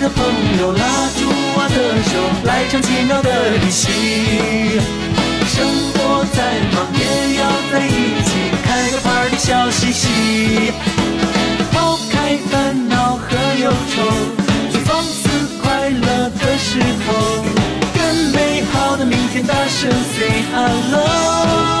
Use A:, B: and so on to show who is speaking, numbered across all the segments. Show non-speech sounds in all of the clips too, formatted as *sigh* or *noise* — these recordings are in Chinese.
A: 的朋友拉住我的手，来场奇妙的旅行。生活再忙也要在一起，开个 party 笑嘻嘻。抛开烦恼和忧愁，去放肆快乐的时候，跟美好的明天大声 say hello。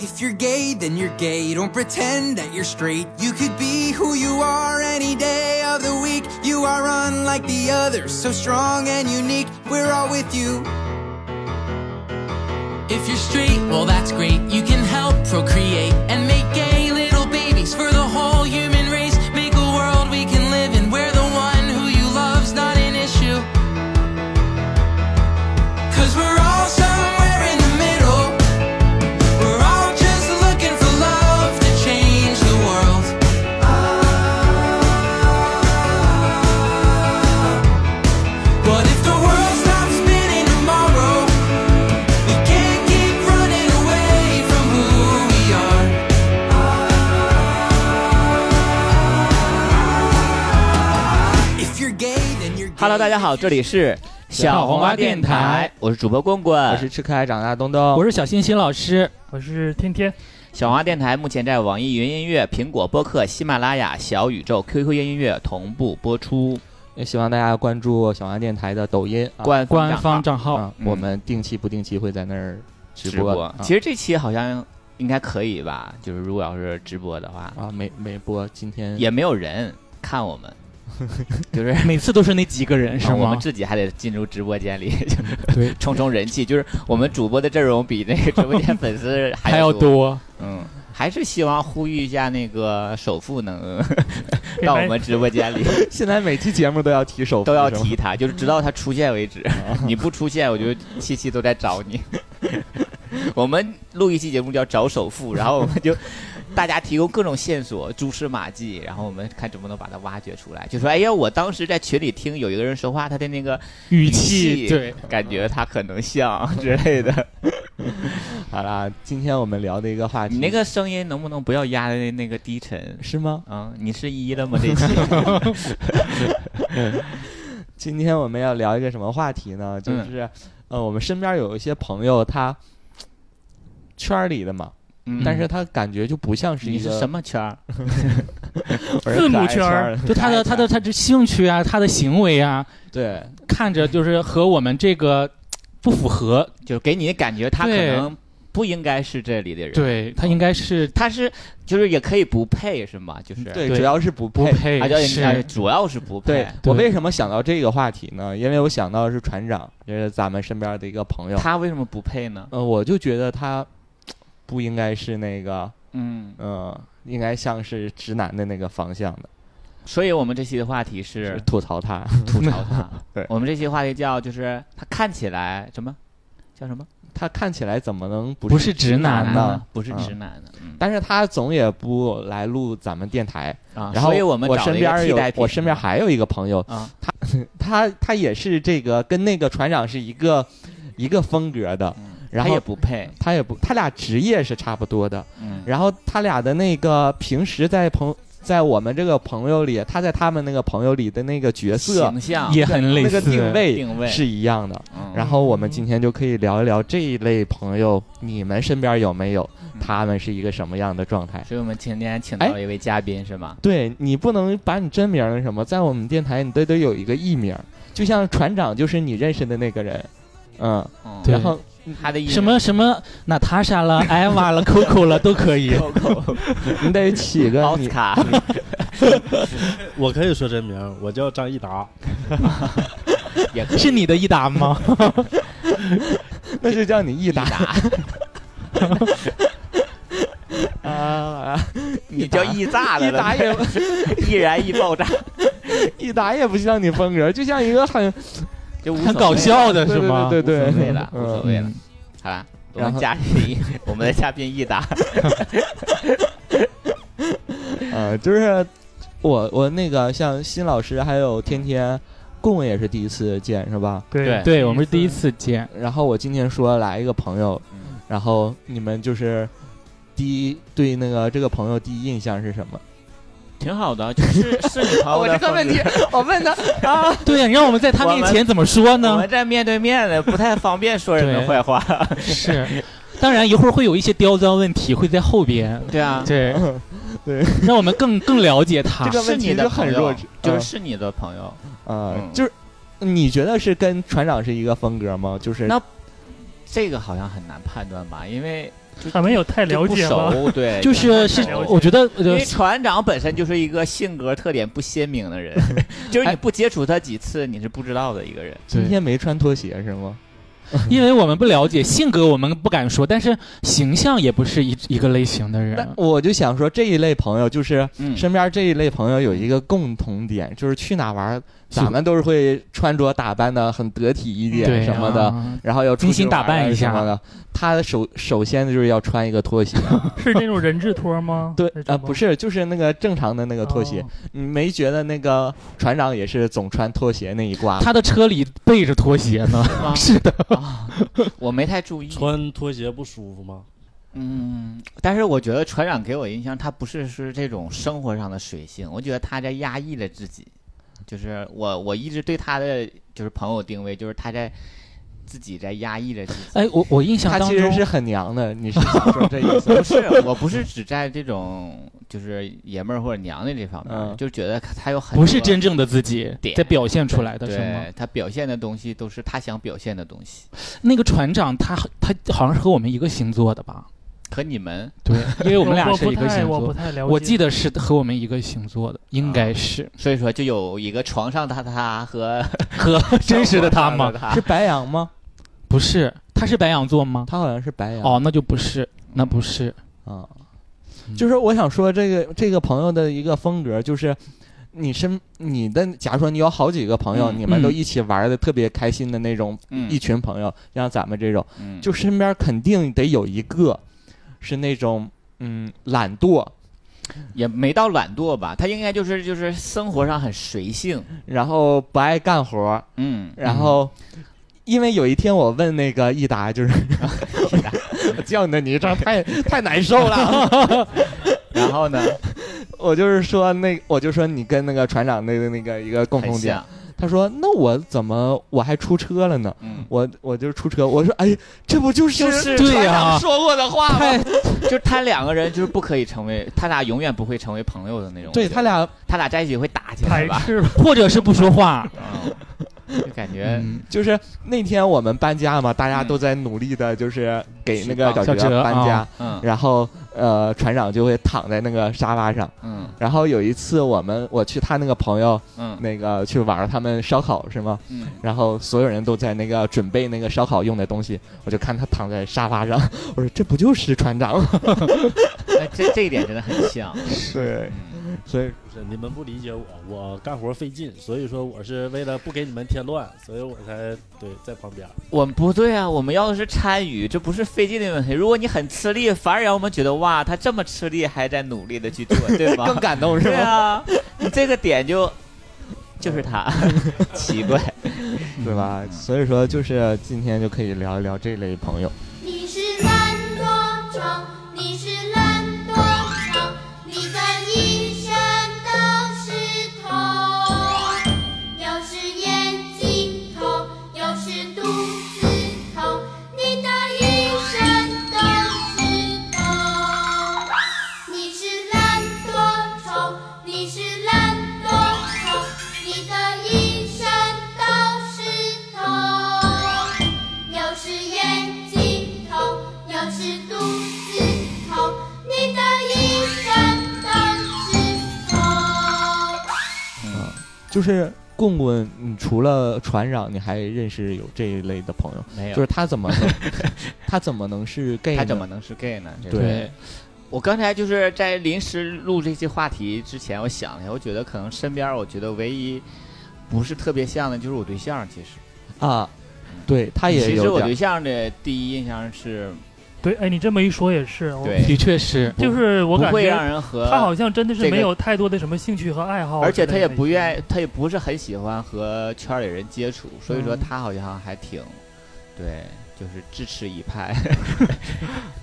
B: If you're gay, then you're gay. Don't pretend that you're straight. You could be who you are any day of the week. You are unlike the others, so strong and unique. We're all with you. If you're straight, well, that's great. You can help procreate and make gay little babies for the whole human race. Make a world we can live in where the one who you love's not an issue. Cause we're all somewhere in the middle. We're all just looking for love to change the world. But if the world stops spinning tomorrow, we can't keep running away from who we are. If you're gay, then you're
C: Hello，大
B: gay.
C: 家好，这里是
D: 小红花电台，
C: 我是主播棍棍，
D: 我是吃可爱长大东东，
E: 我是小欣欣老师，
F: 我是天天，
C: 小红花电台目前在网易云音乐、苹果播客、喜马拉雅、小宇宙、QQ 音乐同步播出。
D: 也希望大家关注小王电台的抖音啊
C: 官
E: 官方
C: 账
E: 账号。
D: 啊
C: 嗯
D: 我们定期不定期会在那儿
C: 直
D: 播
C: 播
D: 啊。
C: 其实这期好像应该可以吧？就是如果要是直播的话，
D: 啊，没没播，今天
C: 也没有人看我们，就是。
E: 每次都是那几个人是
C: 啊我们
E: 吗？
C: 自己还得进入直播间里，就是 *laughs*
E: 对
C: 冲冲人气。就是我们主播的阵容比那个直播间粉丝还
E: 还要
C: 多。
E: 多，
C: 嗯，还是希望呼吁一下那个首富
D: *laughs*
C: 能
F: 黑
C: 到我
F: 白
C: 们直播间里，
D: 现在每期节目都要提手，
C: 都要提他，就是直到他出现为止。
D: 哦
C: 你不出现，我就七七都在找你。 *laughs* 我们录一期节目叫《找首富》，然后我们就大家提供各种线索、蛛丝马迹，然后我们看怎么能把它挖掘出来。就说，哎呀，我当时在群里听有一个人说话，他的那个
E: 语
C: 气
E: 气对，
C: 感觉他可能像 *laughs* 之类
D: *laughs*
C: 的。
D: *laughs* 好啦，今天我们聊的一个话题，
C: 你那个声音能不能不要压的那那个低沉？
D: 是吗？
C: 嗯，你是一了吗？这
D: *laughs*
C: 期
D: 今天我们要聊一个什么话题呢？就
C: 嗯
D: 是、呃，我们身边有一些朋友，他圈儿里的嘛，
C: 嗯
D: 但是他感觉就不像是
C: 你
D: 一个
C: 是什么圈儿？
D: 我是
F: 字母
D: 可爱
F: 圈儿
D: 儿的，
E: 就他的他的他的兴趣啊，他的行为啊，
D: 对，
E: 看着就是和我们这个不符合，
C: 就是给你的感觉，他可
E: 对
C: 能不应该是这里的人。，
E: 对他应该是
C: 他是就是也可以不配是吗？就是，
D: 对，
E: 对
D: 主要是不
E: 不
D: 配。
E: 配
C: 啊，叫啊
E: 是，
C: 主要是不
D: 对
C: 配。
D: 我
E: 对
D: 为什么想到这个话题呢？因为我想到的是船长，也是咱们身边的一个朋友。
C: 他为什么不配呢？
D: 嗯、我就觉得他不应该是那个，
C: 嗯，
D: 嗯、应该像是直男的那个方向的，
C: 所以我们这期的话题是嗯
D: 吐槽他。
C: 吐槽 *laughs* 他。
D: *laughs* 对
C: 我们这期话题叫就是他看起来什么叫什么
D: 他看起来怎么能不
E: 不
D: 是
E: 是直男呢
D: 男呢？
C: 啊不是
D: 嗯
C: 直男的。嗯
D: 但是他总也不来录咱们电台，
C: 啊，
D: 然后
C: 所以我们找
D: 身
C: 了一个
D: 边
C: 替
D: 有
C: 代品
D: 我身边还有一个朋友，
C: 啊，
D: 他 *laughs* 他也是这个跟那个船长是一个一个风格的，
C: 嗯他
D: 然后
C: 也不配。
D: 他也不他俩职业是差不多的，
C: 嗯，
D: 然后他俩的那个平时在朋在我们这个朋友里，他在他们那个朋友里的那个角色
C: 形象
E: 也很类
D: 那个
E: 似，
D: 定
C: 啊定位
D: 位是一样的。
C: 嗯
D: 然后我们今天就可以聊一聊这一类朋友，你们身边有没有
C: 嗯？
D: 他们是一个什么样的状态？
C: 所以我们今天请
D: 哎
C: 到了一位嘉宾是吗？
D: 对你不能把你真名儿那什么，在我们电台你都得有一个艺名儿，就像船长就是你认识的那个人，嗯，
C: 嗯，
E: 对
D: 然后
C: 他的意
E: 什么什么娜塔莎了、艾娃了、Coco 了都可以。
C: *laughs*
D: 你得起个
C: 奥
D: 你
C: 斯卡。
G: *laughs* 我可以说真名，我叫张益达。
C: *laughs* 也可以
E: 是你的益达吗？
D: *laughs* 那就叫你益达
C: 达，
D: *laughs* 啊，
C: 你叫易炸
D: 益
C: 了，
D: 达也
C: 易燃易爆炸，
D: 益达也不像你风格，就像一个很
C: *laughs* 就无所
E: 很
C: 谓
E: 搞笑的
D: 对
E: 是
D: 对
E: 吗？
D: 对对
C: 无所
D: 对
C: 谓了，无所
D: 嗯
C: 谓了。好了，我
D: 然
C: 们
D: 后
C: 嘉 *laughs* 宾，我们的嘉宾易达，
D: *laughs* 呃，就是我我那个像辛老师还有天天，棍棍也是第一次见是吧？
C: 对
E: 对我们是第一，次见，
D: 然后我今天说来一个朋友，
C: 嗯
D: 然后你们就是第一对那个这个朋友第一印象是什么？
C: 挺好的，就是是你朋友
F: 我
C: 的
F: 这个
C: 方
F: 问
C: 式
F: 题，我问他啊，
C: *laughs*
E: 对呀，你让我们在他面前怎么说
C: 我
E: 呢
C: 们？这面对面的不太方便说人的坏话。
E: 是，当然一会儿会有一些刁钻问题会在后边，
C: *laughs* 对啊，
E: *laughs* 对
D: *laughs* 对，
E: *laughs* 让我们更更了解他
D: 这。个
C: 是
D: 问
C: 你
D: 题
C: 的
D: 就
C: 朋
D: 很弱
C: 友
D: 智，
C: 就是是你的朋友。
D: 啊
C: 嗯，
D: 就是你觉得是跟船长是一个风格吗？就是
C: 那这个好像很难判断吧，因为
H: 还没有太
C: 就
H: 了
C: 不
H: 解吧？
C: 熟，
H: *laughs*
C: 对，
E: *laughs* 就是是
H: 了，解
E: 我觉得
C: 因
E: 呃
C: 为船长本身就是一个性格特点不鲜明 *laughs* 的人，就是你不接触他几次，你是不知道的一个人。
D: 今天没穿拖鞋是吗？
E: 呃因为我们不了解性格，我们不敢说，但是形象也不是一一个类型的
D: 那
E: 人。
D: 我就想说这一类朋友，就是
C: 嗯，
D: 身边这一类朋友有一个共同点，就是去哪玩儿，咱们都是会穿着打扮的很得体一点
E: 对
D: 什么的。
E: 啊
D: 然后要出
E: 精
D: 去
E: 心打
D: 玩儿
E: 扮一下
D: 什么的，他首首先就是要穿一个拖鞋，
H: 是那种人字拖吗？
D: 对
H: 那
D: 啊，
H: 种吗
D: 不是，就是那个正常的那个拖鞋。
H: 哦
D: 你没觉得那个船长也是总穿拖鞋那一挂吗？
E: 他的车里备着拖鞋呢。
D: *laughs*
C: *laughs* 啊
E: 是的，
C: 我没太注意。
G: 穿拖鞋不舒服吗？
C: 嗯，但是我觉得船长给我印象，他不是是这种生活上的水性，我觉得他在压抑着自己。就是我我一直对他的就是朋友定位，就是他在自己在压抑着自己。
E: 哎，我我印象
D: 他
E: 当
D: 其实
E: 中
D: 是很娘的，你是想说这意
C: *laughs*
D: 思
C: 不
E: *laughs*
D: 吗？
C: 是，我不是只在这种就是爷们儿或者娘的这方面，
D: 嗯
C: 就觉得他有很
E: 不是
C: 多
E: 真正的自己
C: 点
E: 在表现出来的，是吗？
C: 对他表现的东西都是他想表现的东西，
E: 那个船长他他好像是和我们一个星座的吧？
C: 和你们
E: 对，因为我们
H: 我
E: 俩是
H: 不
E: 一个
H: 太，
E: 星
H: 我不
E: 座。
H: 太了解。
E: 我记得是和我们一个星座的，应
D: 啊
E: 该是 *laughs*
C: 所以说就有一个床上他他和
E: 和 *laughs* 真实的他吗？
D: 是白羊吗？
E: 不是，他是白羊座吗？
D: 他好像是白羊
E: 哦，那就不是，那不是。
D: 啊，就是我想说这个这个朋友的一个风格就是。你身你的，假如说你有好几个朋友，
C: 嗯
D: 你们都
E: 嗯
D: 一起玩的特别开心的那种，
C: 嗯
D: 一群朋友，像咱们这种，
C: 嗯
D: 就身边肯定得有一个是那种嗯懒惰，
C: 也没到懒惰吧，他应该就是就是生活上很随性，
D: 然后不爱干活儿，
C: 嗯，
D: 然后，因为有一天我问那个益达，就是 *laughs* 我叫你的昵称 *laughs* 太太难受了，
C: 然后呢
D: *laughs* 我就是说那我就说你跟那个船长那个那个一个共
C: 很
D: 同点
C: 像，，
D: 他说那我怎么我还出车了呢？
C: 嗯，
D: 我我就是出车，我说哎，这不就是
C: 就是
E: 对呀、
C: 说过的话
E: 太
C: 就是他两个人就是不可以成为，他俩永远不会成为朋友的那种，
D: 对他俩
C: 他俩在一起会打起来
H: 排
C: 吧，
H: 斥吧，
E: *laughs* 或者是不说话。
C: 嗯，就感觉
E: 嗯，
D: 就是那天我们搬家嘛，大家
C: 嗯
D: 都在努力的，就是给那个
C: 小
D: 小
E: 哲
D: 哲搬
E: 啊
D: 家，
C: 嗯
D: 然后呃船长就会躺在那个沙发上。
C: 嗯
D: 然后有一次我们我去他那个朋友
C: 嗯
D: 那个去玩儿他们烧烤是吗？
C: 嗯，
D: 然后所有人都在那个准备那个烧烤用的东西，我就看他躺在沙发上， *laughs* 我说这不就是船长？
C: *laughs* 哎这这一点真的很像，
D: 对，
C: 嗯
D: 所以
G: 不是，呃你们不理解我，我干活费劲，所以说我是为了不给你们添乱，所以我才对在旁边。
C: *laughs* 我们不对啊，我们要的是参与，这不是费劲的问题。如果你很吃力，反而让我们觉得哇，他这么吃力还在努力的去做，对 *laughs* 吗？
D: 更感动是
C: 对
D: 吗？
C: 啊，你这个点就就是他， *laughs* 奇 *laughs* 怪。
D: 对吧？所以说就是今天就可以聊一聊这类朋友。
I: 你是懒惰虫，你是懒惰虫，你看一身都是头，又是眼睛头，又是肚子头，你的一身都是头。你是懒惰虫，你是懒惰虫，你的一身都是头，又是眼睛头，又是肚子头，你的一身都是头。
D: 就是棍棍，你除了船长，你还认识有这一类的朋友？
C: 没有，
D: 就是他怎么
C: *laughs*
D: 能他怎么能是 gay？
C: 他怎
D: 呢
C: 么能是 gay 呢？这个
D: 对
E: 对，
C: 我刚才就是在临时录这些话题之前，我想了一下，我觉得可能身边，我觉得唯一不是特别像的就是我对象。其实，
D: 啊？对他也
C: 其实
D: 有
C: 我
D: 点
C: 对象的第一印象是，
H: 对，哎，你这么一说也是，我
C: 对，
E: 的确是。
H: 就是我
C: 不
H: 感
C: 会让
H: 觉
C: 人和
H: 啊他好像真的
C: 这
H: 是
C: 个
H: 没有太多的什么兴趣和爱好之类的，
C: 而且他也不
H: 意。
C: 愿意，他也不是很喜欢和圈里人接触，所以说
H: 嗯
C: 他好像还挺，对，就是支持一
H: *laughs*
C: 派。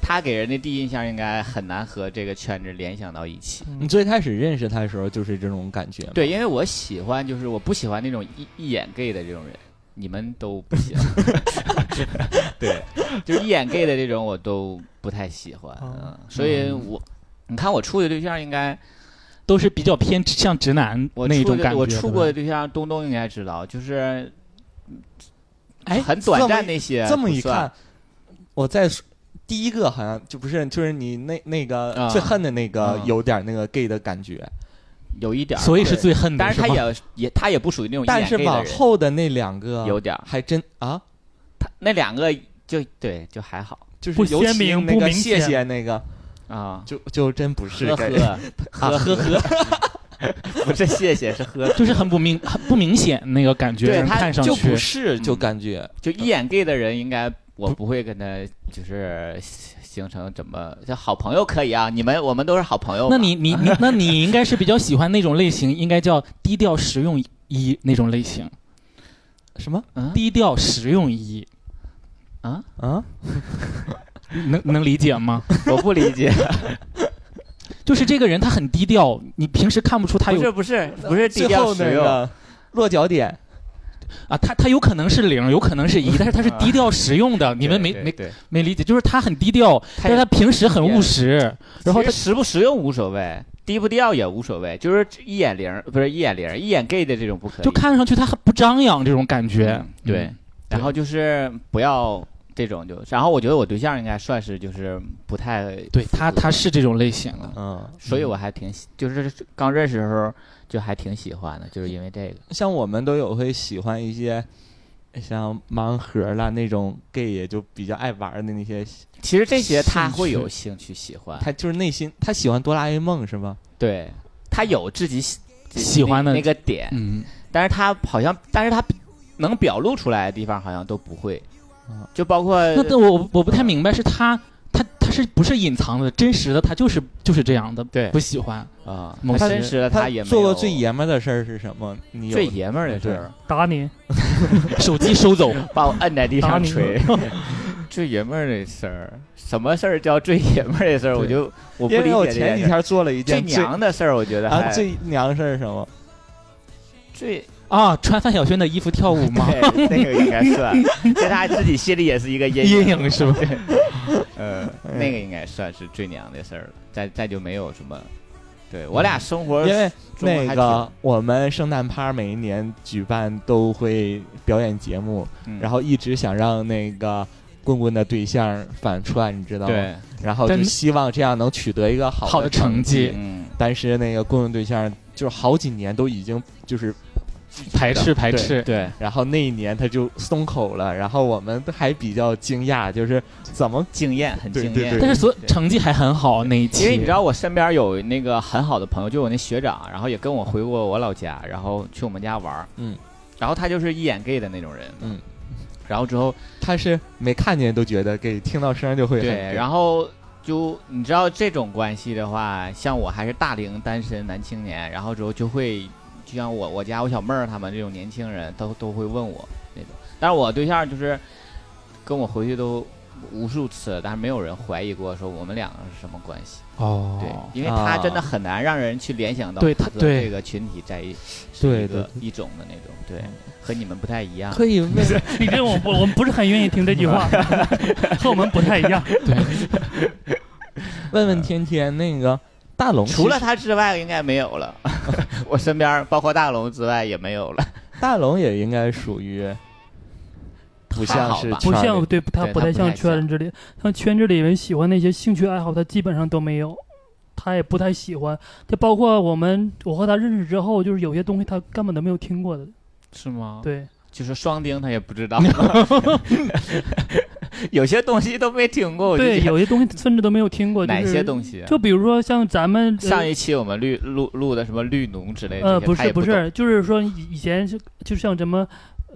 C: 他给人的第一印象应该很难和这个圈子联想到一起。
D: 你最开始认识他的时候就是这种感觉吗，
C: 对，因为我喜欢，就是我不喜欢那种一一眼 gay 的这种人，你们都不喜
H: *laughs*
C: 欢。对，就是一眼 gay 的这种我都不太喜欢，
H: 哦
C: 嗯，所以我，你看我处的对象应该，
E: 都是比较偏直向直男
C: 我
E: 那
C: 处
E: 种
C: 的
E: 感觉。
C: 我处
E: 对吧
C: 过的对象东东应该知道，就是，
D: 哎
C: 很短暂
D: 这么
C: 那些，
D: 这
C: 嗯哎
D: 么
C: 不
D: 一
C: 算
D: 看，，我在说第一个好像就不是，就是你那那个
C: 啊
D: 最恨的那个
C: 啊
D: 有点那个 gay 的感觉，
C: 有一点儿，
E: 所以是最恨的，
C: 但是他
E: 吧
C: 也也他也不属于那种一
D: 但
C: 眼
D: 是
C: gay 的
D: 往
C: 人，
D: 后的那两个
C: 有点儿，
D: 还真啊，
C: 他那两个就对就还好
D: 就是
H: 不
D: 尤
H: 鲜
D: 其
H: 明
D: 那
H: 不
D: 个
H: 明
D: 谢
H: 显
D: 谢那个，
C: 啊，
D: 就就真不是
C: 呵
D: gay
C: 呵
D: 啊
C: 呵呵呵， *laughs* 不是谢谢是呵呵。
E: 就是很不明、很不明显那个感觉，
C: 对
E: 让人
C: 他
E: 看上
D: 就
E: 去
D: 不是，
C: 嗯
D: 就感觉
C: 就一眼 gay 的人，应该我不会跟他就是形成怎么就好朋友可以啊？你们我们都是好朋友嘛。
E: 那你你
C: *laughs*
E: 你，那你应该是比较喜欢那种类型，应该叫低调实用一那种类型，
D: 什么
C: 嗯
E: 低调实用一，
D: 啊？
E: 能能理解吗？ *laughs*
C: 我不理解，
E: 就是这个人他很低调，你平时看不出他
C: 不
E: 有
C: 是不是不是低
D: 最
C: 调
D: 后
C: 实
D: 那
C: 用，
D: 个落脚点，
E: 啊，他他有可能是零，有可能是一，但是他是低调实用的，你们没
C: 啊对
E: 没
C: 对，对
E: 没理解，就是他很低调，但是
C: 他
E: 他平时很务实，然后
C: 其
E: 他
C: 实实不实用无所谓，低不低调也无所谓，就是一眼零不是一眼零，一眼 gay 的这种不可以。
E: 就看上去他很不张扬这种感觉
C: 嗯，对，然后就是不要这种就，然后我觉得我对象应该算是就是不太
E: 对他他是这种类型的。
D: 嗯，
C: 所以我还挺喜，就是刚认识的时候就还挺喜欢的，就是因为这个。
D: 像我们都有会喜欢一些像盲盒啦那种 gay，也就比较爱玩的那些，
C: 其实这些他
E: 兴趣
C: 会有兴趣喜欢，
D: 他就是内心他喜欢哆啦 A 梦是吧？
C: 对他有自己喜
E: 喜欢的
C: 那那个点，
E: 嗯，
C: 但是他好像，但是他能表露出来的地方好像都不会
D: 啊，
C: 就包括
E: 嗯那那我我不太明白，是他他他是不是隐藏的？真实的他就是就是这样的，
C: 对
E: 不喜欢。
C: 啊，
E: 某
C: 他
E: 些
C: 真实的
D: 他
C: 也没有
D: 做过最爷们儿的事儿是什么？你有
C: 最爷们儿的事儿，*laughs*
H: 打你，
E: 手机收走，
C: 把我摁在地
H: 打
C: 上
H: 你
C: 捶。
D: *laughs*
C: 最爷们儿的事儿，什么事儿叫最爷们儿的事儿？我就我不
D: 因
C: 理
D: 为我
C: 解这
D: 前
C: 件
D: 几
C: 事儿。
D: 天做了一
C: 最
D: 件最
C: 娘的事儿，我觉得
D: 啊
C: 还
D: 最娘事儿是什么？
C: 最
E: 啊，穿范晓萱的衣服跳舞吗？
C: 对，那个应
D: *laughs*
C: 该算，在他自己心里也是一个阴
E: 阴影是吧？
D: *laughs*
C: 呃，那个应该算是最娘的事儿了。再再就没有什么，对我俩生活
D: 嗯因为
C: 中国
D: 那
C: 还
D: 个
C: 挺，
D: 我们圣诞趴每一年举办都会表演节目，
C: 嗯
D: 然后一直想让那个棍棍的对象反串，你知道吗？
C: 对，
D: 然后就
E: 但
D: 希望这样能取得一个好
E: 好的成绩
D: 绩。
C: 嗯，
D: 但是那个棍棍对象就是好几年都已经就是，
E: 排斥排斥，
C: 对，
D: 然后那一年他就松口了，然后我们都还比较惊讶，就是怎么
C: 惊艳，很
D: 对
C: 惊
D: 对
C: 艳
D: 对。
E: 但是所
C: 对
E: 成绩还很好那一期。
C: 因为你知道，我身边有那个很好的朋友，就我那学长，然后也跟我回过我老家，然后去我们家玩儿
D: 嗯，
C: 然后他就是一眼 gay 的那种人，
D: 嗯，
C: 然后之后
D: 他是没看见都觉得给听到声儿就会很
C: 对，然后就你知道这种关系的话，像我还是大龄单身男青年，然后之后就会，就像我我家我小妹儿他们这种年轻人都都会问我那种，但是我对象就是跟我回去都无数次，但是没有人怀疑过说我们两个是什么关系，
E: 哦
C: 对，因为他
D: 啊
C: 真的很难让人去联想到
E: 对他
C: 和
E: 对
C: 这个群体在一
D: 对
C: 是一个
D: 对
C: 一种的那种，对，和你们不太一样，
D: 可以问
H: 你这我不我们不是很愿意听这
C: *laughs*
H: 句话，和我们不太一样。
D: 问问天天那个大龙，
C: 除了他之外应该没有了， *laughs* 我身边包括大龙之外也没有了。
D: 大龙也应该属于不像
C: 还好
D: 是
C: 吧
H: *laughs* 不
D: 圈
H: 像
D: 里
H: 对他
C: 对
H: 不
C: 他
H: 太
C: 不
H: 像
C: 太
H: 圈
C: 像
H: 子里，像圈子里人喜欢那些兴趣爱好，他基本上都没有，他也不太喜欢。就包括我们我和他认识之后，就是有些东西他根本都没有听过的。
E: 是吗？
H: 对，
C: 就是双丁他也不知道， *laughs* 有些东西都没听过。我就
H: 对，
C: 觉得
H: 有些东西甚至都没有听过。
C: 哪些
H: 西？
C: 东西啊？
H: 就比如说像咱们呃
C: 上一期我们录录录的什么绿农之类的，
H: 呃，
C: 这些
H: 不
C: 他
H: 是
C: 也
H: 不
C: 不懂，
H: 是，就是说以以前是就像什么。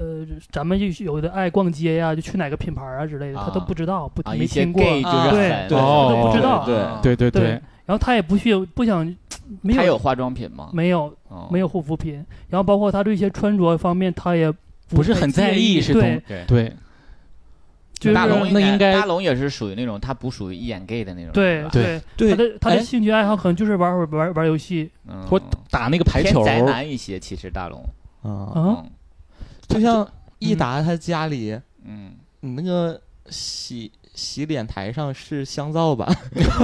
H: 呃，咱们就有的爱逛街呀、就去哪个品牌啊之类的，他都
C: 啊
H: 不知道，不
C: 啊，
H: 没
C: 一些
H: 听过。
C: gay 就是
D: 啊
C: 很
D: 对
E: 哦
H: 都不知道
D: 对
C: 啊
E: *laughs* 对
C: *laughs*
E: 对
H: 对，然后他也不去，不想，没
C: 他
H: 有
C: 有化妆品吗？
H: 没有
C: 哦
H: 没有护肤品，然后包括他对一些穿着方面，他也
E: 不是很在意是
H: 对
E: 对
H: 就是
C: 大龙
E: 那应该
C: 大龙也是属于那种他不属于一眼 gay 的那种，
H: 对
C: 是吧
H: 对
D: 对
H: 他的他的
D: 哎
H: 兴趣爱好可能就是玩会儿玩玩游戏，
C: 嗯，
E: 或打那个排
C: 偏
E: 球，
C: 宅男一些，其实大龙，
D: 啊，
H: 啊，
C: 嗯
D: 就像益达他家里，
C: 嗯，
D: 你那个洗洗脸台上是香皂吧？ *laughs*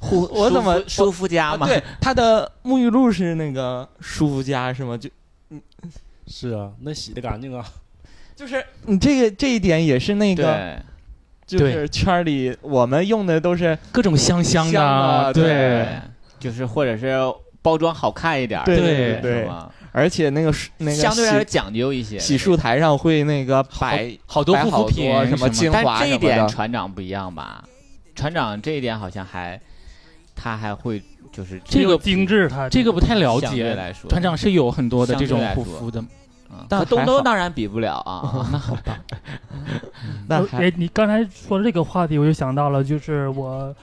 C: 护
D: 我怎么呃
C: 舒肤佳嘛？
D: 对，他的沐浴露是那个舒肤佳是吗？就是
G: 啊，那洗的干净啊，
D: 就是你这个这一点也是那个，啊
C: 对
D: 就是圈儿里我们用的都是
E: 各种香香
D: 香啊
E: 的，对，，
C: 就是或者是包装好看一点儿，
D: 对
E: 对
D: 对对
C: 是吧
D: 而且那个是那个
C: 相对来说
D: 洗
C: 讲究一些。
D: 洗漱台上会那个摆
E: 好多
D: 摆
E: 护肤
D: 好
E: 品
D: 多什么
E: 么
D: 精
C: 但
D: 华
C: 这
D: 什
C: 一
D: 么
C: 点
D: 的，
C: 船长不一样吧？船长这一点好像还，他还会就是
E: 这个
H: 有精致他
E: 这个不太了
C: 相对
E: 解。
C: 来说，
E: 团长是有很多的
C: 相对
E: 这种
C: 来
E: 护
C: 说
E: 肤的，
C: 嗯，
D: 但
C: 和东
D: 还好
C: 东当然比不了
E: *laughs*
C: 啊。那好吧，
D: 那
H: 我
D: 还
H: 哎，你刚才说这个话题，我就想到了，就是我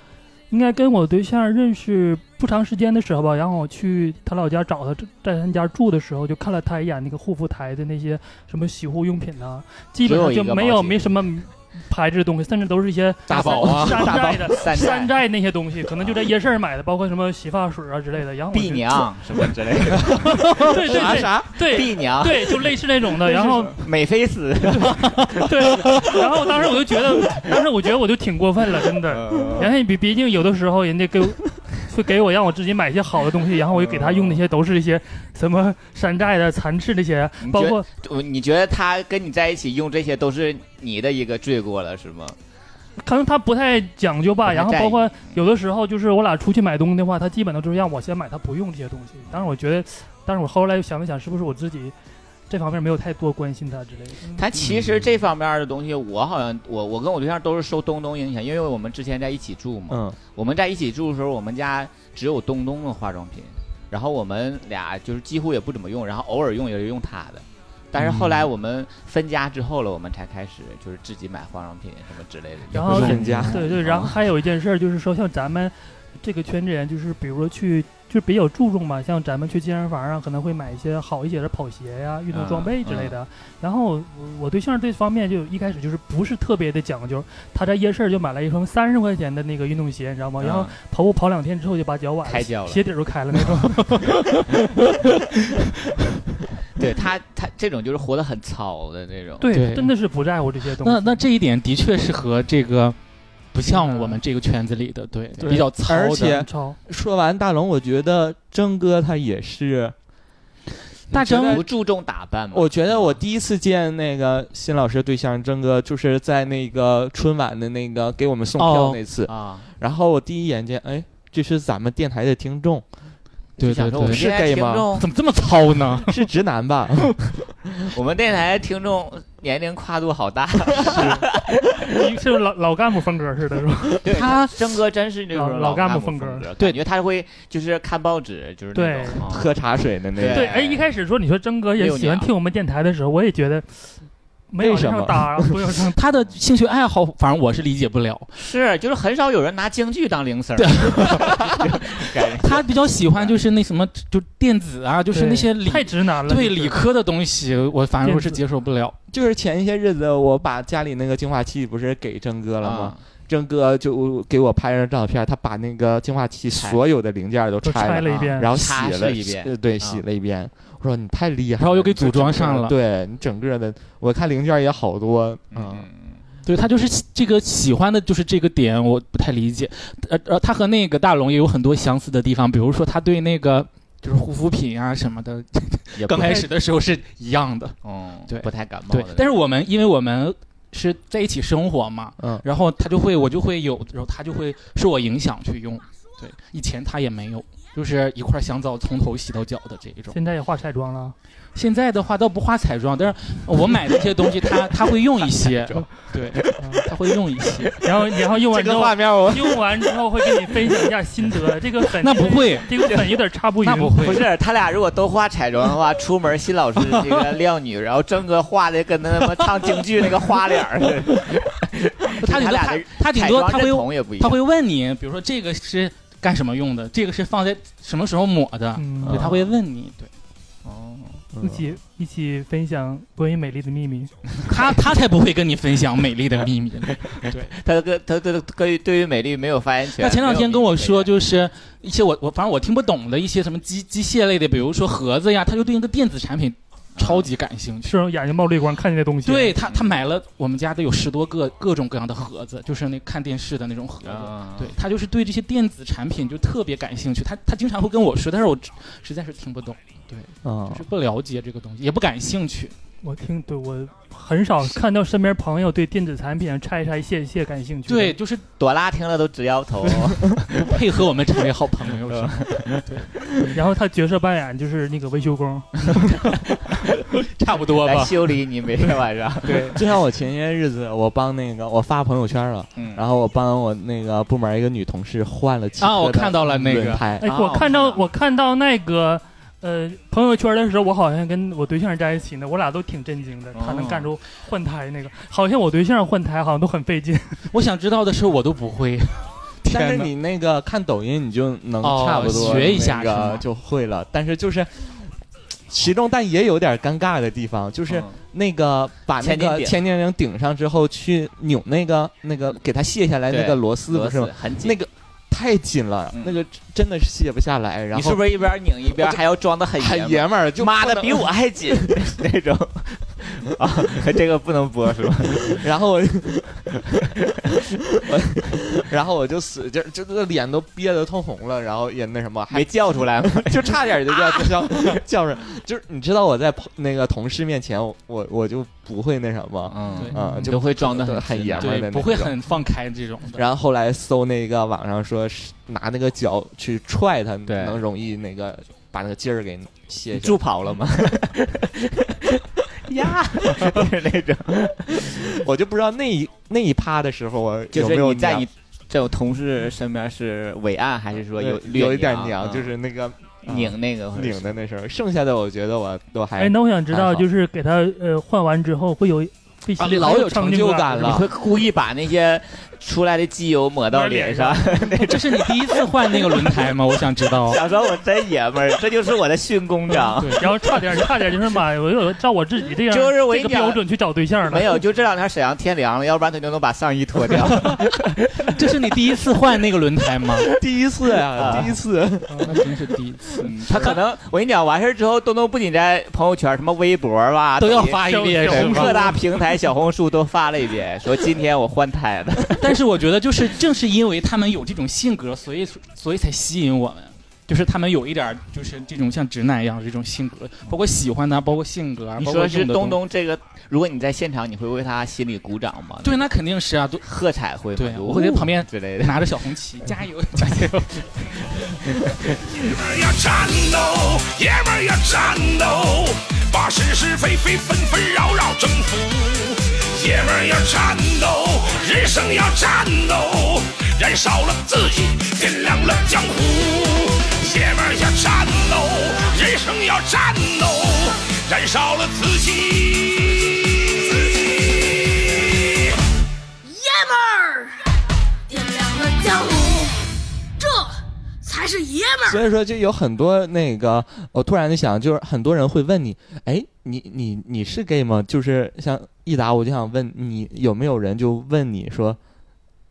H: 应该跟我对象认识不长时间的时候吧，然后我去他老家找他，在他家住的时候，就看了他一眼那个护肤台的那些什么洗护用品呐、基本上
C: 只有
H: 就
C: 一个
H: 没
C: 毛
H: 有
C: 巾
H: 没什么牌子的东西，甚至都是一些
E: 大宝啊
D: *laughs*
E: *laughs*
H: 山寨的。
C: *laughs* 山
H: 山寨那些东西，可能就在夜市买的，包括什么洗发水啊之类 *laughs* 的。然后我就
C: 婢，娘什么之类的，
H: 对对
C: 啥
H: 对
C: 啥
H: 对
C: 婢娘、 *laughs*
H: 对，就类似那种的。然后
C: 美菲斯，啊
H: 对，然后当时我就觉得，当时我觉得我就挺过分了，真的。
C: 嗯
H: 然后毕毕竟有的时候人家给我 *laughs* 会给我让我自己买一些好的东西，然后我就给他用那些都是一些什么山寨的、残次那些啊
C: 你，觉
H: 包括
C: 我 *laughs* 你觉得他跟你在一起用这些都是你的一个罪过了是吗？
H: 可能他不太讲究
C: 不
H: 吧。
C: 太
H: 啊然后
C: 在
H: 包
C: 意
H: 括有的时候就是我俩出去买东西的话，他基本都是让我先买，他不用这些东西。但是我觉得，但是我后来又想了想，是不是我自己这方面没有太多关心他之类的？
C: 他其实这方面的东西，我好像我我跟我对象都是受东东影响，因为我们之前在一起住嘛，
D: 嗯
C: 我们在一起住的时候，我们家只有东东的化妆品，然后我们俩就是几乎也不怎么用，然后偶尔用也是用他的。但是后来我们分家之后了，我们才开始就是自己买化妆品什么之类的。
H: 嗯然后
D: 不是很家
H: 对对，然后还有一件事儿就是说，像咱们这个圈子人，就是比如说去，就比较注重嘛，像咱们去健身房啊，可能会买一些好一些的跑鞋呀、运动装备之类的。然后我我对象这方面就一开始就是不是特别的讲究，他在夜市就买了一双三十块钱的那个运动鞋，你知道
C: 嗯
H: 吗？然后跑步跑两天之后就把脚崴
C: 开胶了
H: 鞋底儿都开了
E: *laughs*
H: 那种。
C: 嗯 *laughs* 对他他这种就是活得很糙的那种。
H: 对，
E: 对
H: 真的是不在乎这些东
E: 那
H: 西。
E: 那这一点的确是和这个不像我们这个圈子里的，对，
D: 对
E: 比较糙
D: 而
E: 的。
D: 且
H: 超
D: 说完大龙，我觉得征哥他也是，
E: 大张
C: 不注重打扮
E: 嗯
C: 嘛。
D: 我觉得我第一次见那个新老师对象征哥，就是在那个春晚的那个给我们送
E: 哦
D: 票那次，
C: 啊，
D: 然后我第一眼见，哎，这是咱们电台的听众，
E: *laughs* 对
C: 就想
E: 对
C: 说我们
E: 对，
D: 是
C: 电台
D: gay
C: 听
D: 吗
C: 众，
E: 怎么这么糙呢？ *laughs*
D: 是直男吧？
C: 我们电台听众年龄跨度好大。
H: 是是老老干部风格似的，是吧？
C: 对
E: 他
C: 征哥真是那种
H: 老老
C: 干
H: 干部
C: 风
H: 风格
C: 对，感觉他会就是看报纸，就是那
H: 对
C: 种啊
D: 喝茶水的那个，
H: 对，哎，一开始说你说征哥也喜欢听我们电台的时候，我也觉得没有
D: 为什么
H: 上搭，不
E: *laughs*
H: 有上
E: 他的兴趣爱好，反正我是理解不了。
C: 是，就是很少有人拿京剧当零食儿。
E: 对
C: 感觉
E: 他比较喜欢就是那什么，就电子啊，就是那些理
H: 太直男了，
E: 对
H: 就是
E: 理科的东西，我反正我是接受不了。
D: 就是前些日子我把家里那个净化器不是给征哥了吗？
C: 啊
D: 征哥就给我拍张照片，他把那个净化器
C: 拆
D: 所有的零件都
H: 都
D: 拆了，
H: 拆了一遍，
D: 然后洗
C: 擦
D: 了
C: 拭一遍
D: 呃对，洗了一遍。我说你太厉害了，
E: 啊然后又给组装上了
D: 你整个对你整个的，我看零件也好多，
C: 嗯
D: 嗯，
E: 对他就是喜这个喜欢的就是这个点，我不太理解。呃呃，他和那个大龙也有很多相似的地方，比如说他对那个就是护肤品啊什么的，
C: 也不
E: 刚开
C: 太
E: 始的时候是一样的。
C: 嗯，
E: 对
C: 不太感冒
E: 哦对
C: 的那，
E: 但是
C: 种
E: 我们因为我们是在一起生活嘛，
D: 嗯
E: 然后他就会我就会有，然后他就会受我影响去用。对，以前他也没有，就是一块香皂从头洗到脚的这一种。
H: 现在也化彩妆了，
E: 现在的话倒不花彩妆，但是我买的一些东西他他会用一些，对，他会用一些。
C: *laughs*
H: 然后然后用完之后，
D: 面我
H: 用完之后会跟你分享一下心得。这个粉
E: 那不，会，
H: 这个粉有点差不匀，
E: 那不会
C: 不。是他俩如果都画彩妆的话，出门新老师这个靓女，然后征哥画的跟他妈唱京剧那个花脸儿似的，
E: *laughs* 他顶
C: 他
E: 多
C: 俩
E: 他
C: 的
E: 他顶
C: 彩
E: 多
C: 妆
E: 他
C: 认
E: 会
C: 同也不一
E: 他
C: 样。
E: 会问你，比如说这个是干什么用的，这个是放在什么时候抹的，
H: 嗯
E: 对，他会问你，对。
C: 哦，
D: 嗯
H: 一起一起分享关于美丽的秘密。
E: 他他才不会跟你分享美丽的秘
C: *laughs*
E: 密。
C: 他跟他对对对于美丽没有发言权。
E: 那前两天跟我说，
C: 就
E: 就是一些我我反正我听不懂的一些什么机机械类的，比如说盒子呀，他就对那个电子产品超级感兴趣。
H: 是眼睛冒绿光，看见那东西。
E: 对他，他买了我们家的有十多个各种各样的盒子，就是那看电视的那种盒子。
C: 啊，
E: 对他就是对这些电子产品就特别感兴趣，他他经常会跟我说，但是我实在是听不懂，
D: 啊
E: 就是不了解这个东西，也不感兴趣。
H: 我听对我很少看到身边朋友对电子产品啊拆拆卸卸感兴趣。
E: 对，，就是
C: 朵拉听了都直摇 *laughs* 头。
E: 不配合我们成为好朋友是吧？
H: 然后他角色扮演就是那个维修工，
E: 差不多
C: 来
E: 吧。
C: 修理你，每天晚上。
D: 对，就像我前些日子，我帮那个我发朋友圈了，
C: *laughs* 嗯
D: 然后我帮我那个部门一个女同事换了汽车
E: 啊我看到了那个
D: 轮胎
H: 哎，
C: 啊
H: 我看到
C: 我知道
H: 我看到那个呃朋友圈的时候，我好像跟我对象在一起呢，我俩都挺震惊的。
D: 哦
H: 他能干出换胎那个，好像我对象换胎好像都很费劲。
E: 我想知道的是，我都
C: *laughs*
E: 不会。
D: 但
E: 天
D: 是
E: 哪！
D: 你那个看抖音，你就能
E: 哦
D: 差不多
E: 学一下
D: 那
E: 是
D: 个
E: 吗
D: 就会了。但是就是其中，但也有点尴尬的地方，就是
C: 嗯
D: 那个把那
C: 千斤
D: 个
C: 顶
D: 千斤顶顶上之后，去扭那个那个给它卸下来那
C: 对
D: 个螺丝，
C: 螺
D: 不是
C: 丝
D: 吗？
C: 很紧
D: 那。个太紧了
C: 嗯，
D: 那个真的是卸不下来。然
C: 你是
D: 后
C: 不是一边拧一边还要装的很
D: 很
C: 爷
D: 爷们儿，
C: 们儿？
D: 就
C: 妈
D: 不
C: 的，
D: 能
C: 比我还紧那种。啊，这个不能播是吧？
D: 然后我， *laughs* 我然后我就死劲儿，就这个脸都憋得通红了，然后也那什么，还
C: 没叫出来吗？
D: *laughs*
C: 啊
D: 就差点就要叫 *laughs* 叫上，就是你知道我在朋那个同事面前，我我我就不会那什么，
E: 对
C: 嗯，
D: 啊，
C: 你
D: 就
C: 都会装的
D: 很
C: 很
D: 爷
C: 严
D: 们儿的
E: 对，
D: 那
E: 不会
D: 种
E: 很放开这种的。
D: 然后后来搜那个网上说是拿那个脚去踹它，
C: 对
D: 能容易那个把那个劲儿给卸下
C: 助跑了吗？ *laughs* 呀， *laughs* 就是那种，
D: 来。我就不知道那一那一趴的时候，我
C: 就
D: 有没
C: 是
D: 有
C: 你在
D: 娘
C: 你这种同事身边是伟岸还是说
D: 对
C: 有
D: 有
C: 略
D: 一点
C: 娘嗯
D: 娘，就是那个
C: 拧那个或者是
D: 拧的那时候，剩下的我觉得我都还
H: 哎，那我想知
D: 还好
H: 道，就是给他呃换完之后会有会心里
D: 老
H: 很
D: 啊有成
H: 就
D: 就
H: 感
D: 感
H: 是
D: 了
H: 吧
C: 你会故意把那些出来的机油抹到脸上。
E: 这是你第一次换那个轮胎吗？我想知
C: *laughs*
E: 道。
C: 小时候我真爷们儿，这就是我的训工长。
H: *laughs* 然后差
D: *laughs*
H: 点差点就是妈，我有照我自己这样
C: 就是我
H: 这
C: 一
H: 个
C: 点
H: 标准去找对象了
C: 没。有，就这两天沈阳天凉了，要不然他就能把上衣脱掉。
E: 这是你第一次换那个轮胎吗？
D: *laughs* 第一次呀，
C: 啊
D: 第一次，
E: *laughs* 那真是第一次，嗯
C: 他可能我跟你讲，完事儿之后，东东不仅在朋友圈、什么微博吧，
E: 都要
C: 抖音
E: 发一遍
H: 小
E: 是
H: 红
E: 吧？
C: 各大平台、小红书都发了一遍，说今天我换胎了。
E: 但是我觉得，就是正是因为他们有这种性格，所以所以才吸引我们。就是他们有一点儿，就是这种像直男一样的这种性格，包括喜欢的啊，包括性格啊，
C: 你
E: 包括
C: 说是
E: 用的
C: 东
E: 东西。
C: 东这个，如果你在现场，你会为他心里鼓掌吗？
E: 对，，那肯定是啊，都 *laughs*
C: 喝彩会吗？
E: 对我会在旁边
C: 之类
E: *laughs*
C: 的。
E: 拿着小红旗，加
C: *laughs*
E: 油加油！
F: 要战斗，爷们儿要战斗，把是是非非纷纷扰扰征服。爷们儿要战斗，人生要战斗，燃烧了自己，点亮了江湖。爷们儿要战斗，人生要战斗，燃烧了自己。自己
J: 爷们儿，点亮了江湖，这才是爷们儿。
D: 所以说就有很多那个，我突然就想，就是很多人会问你，哎，你你你是 gay 吗？就是像一达，我就想问你有没有人就问你说，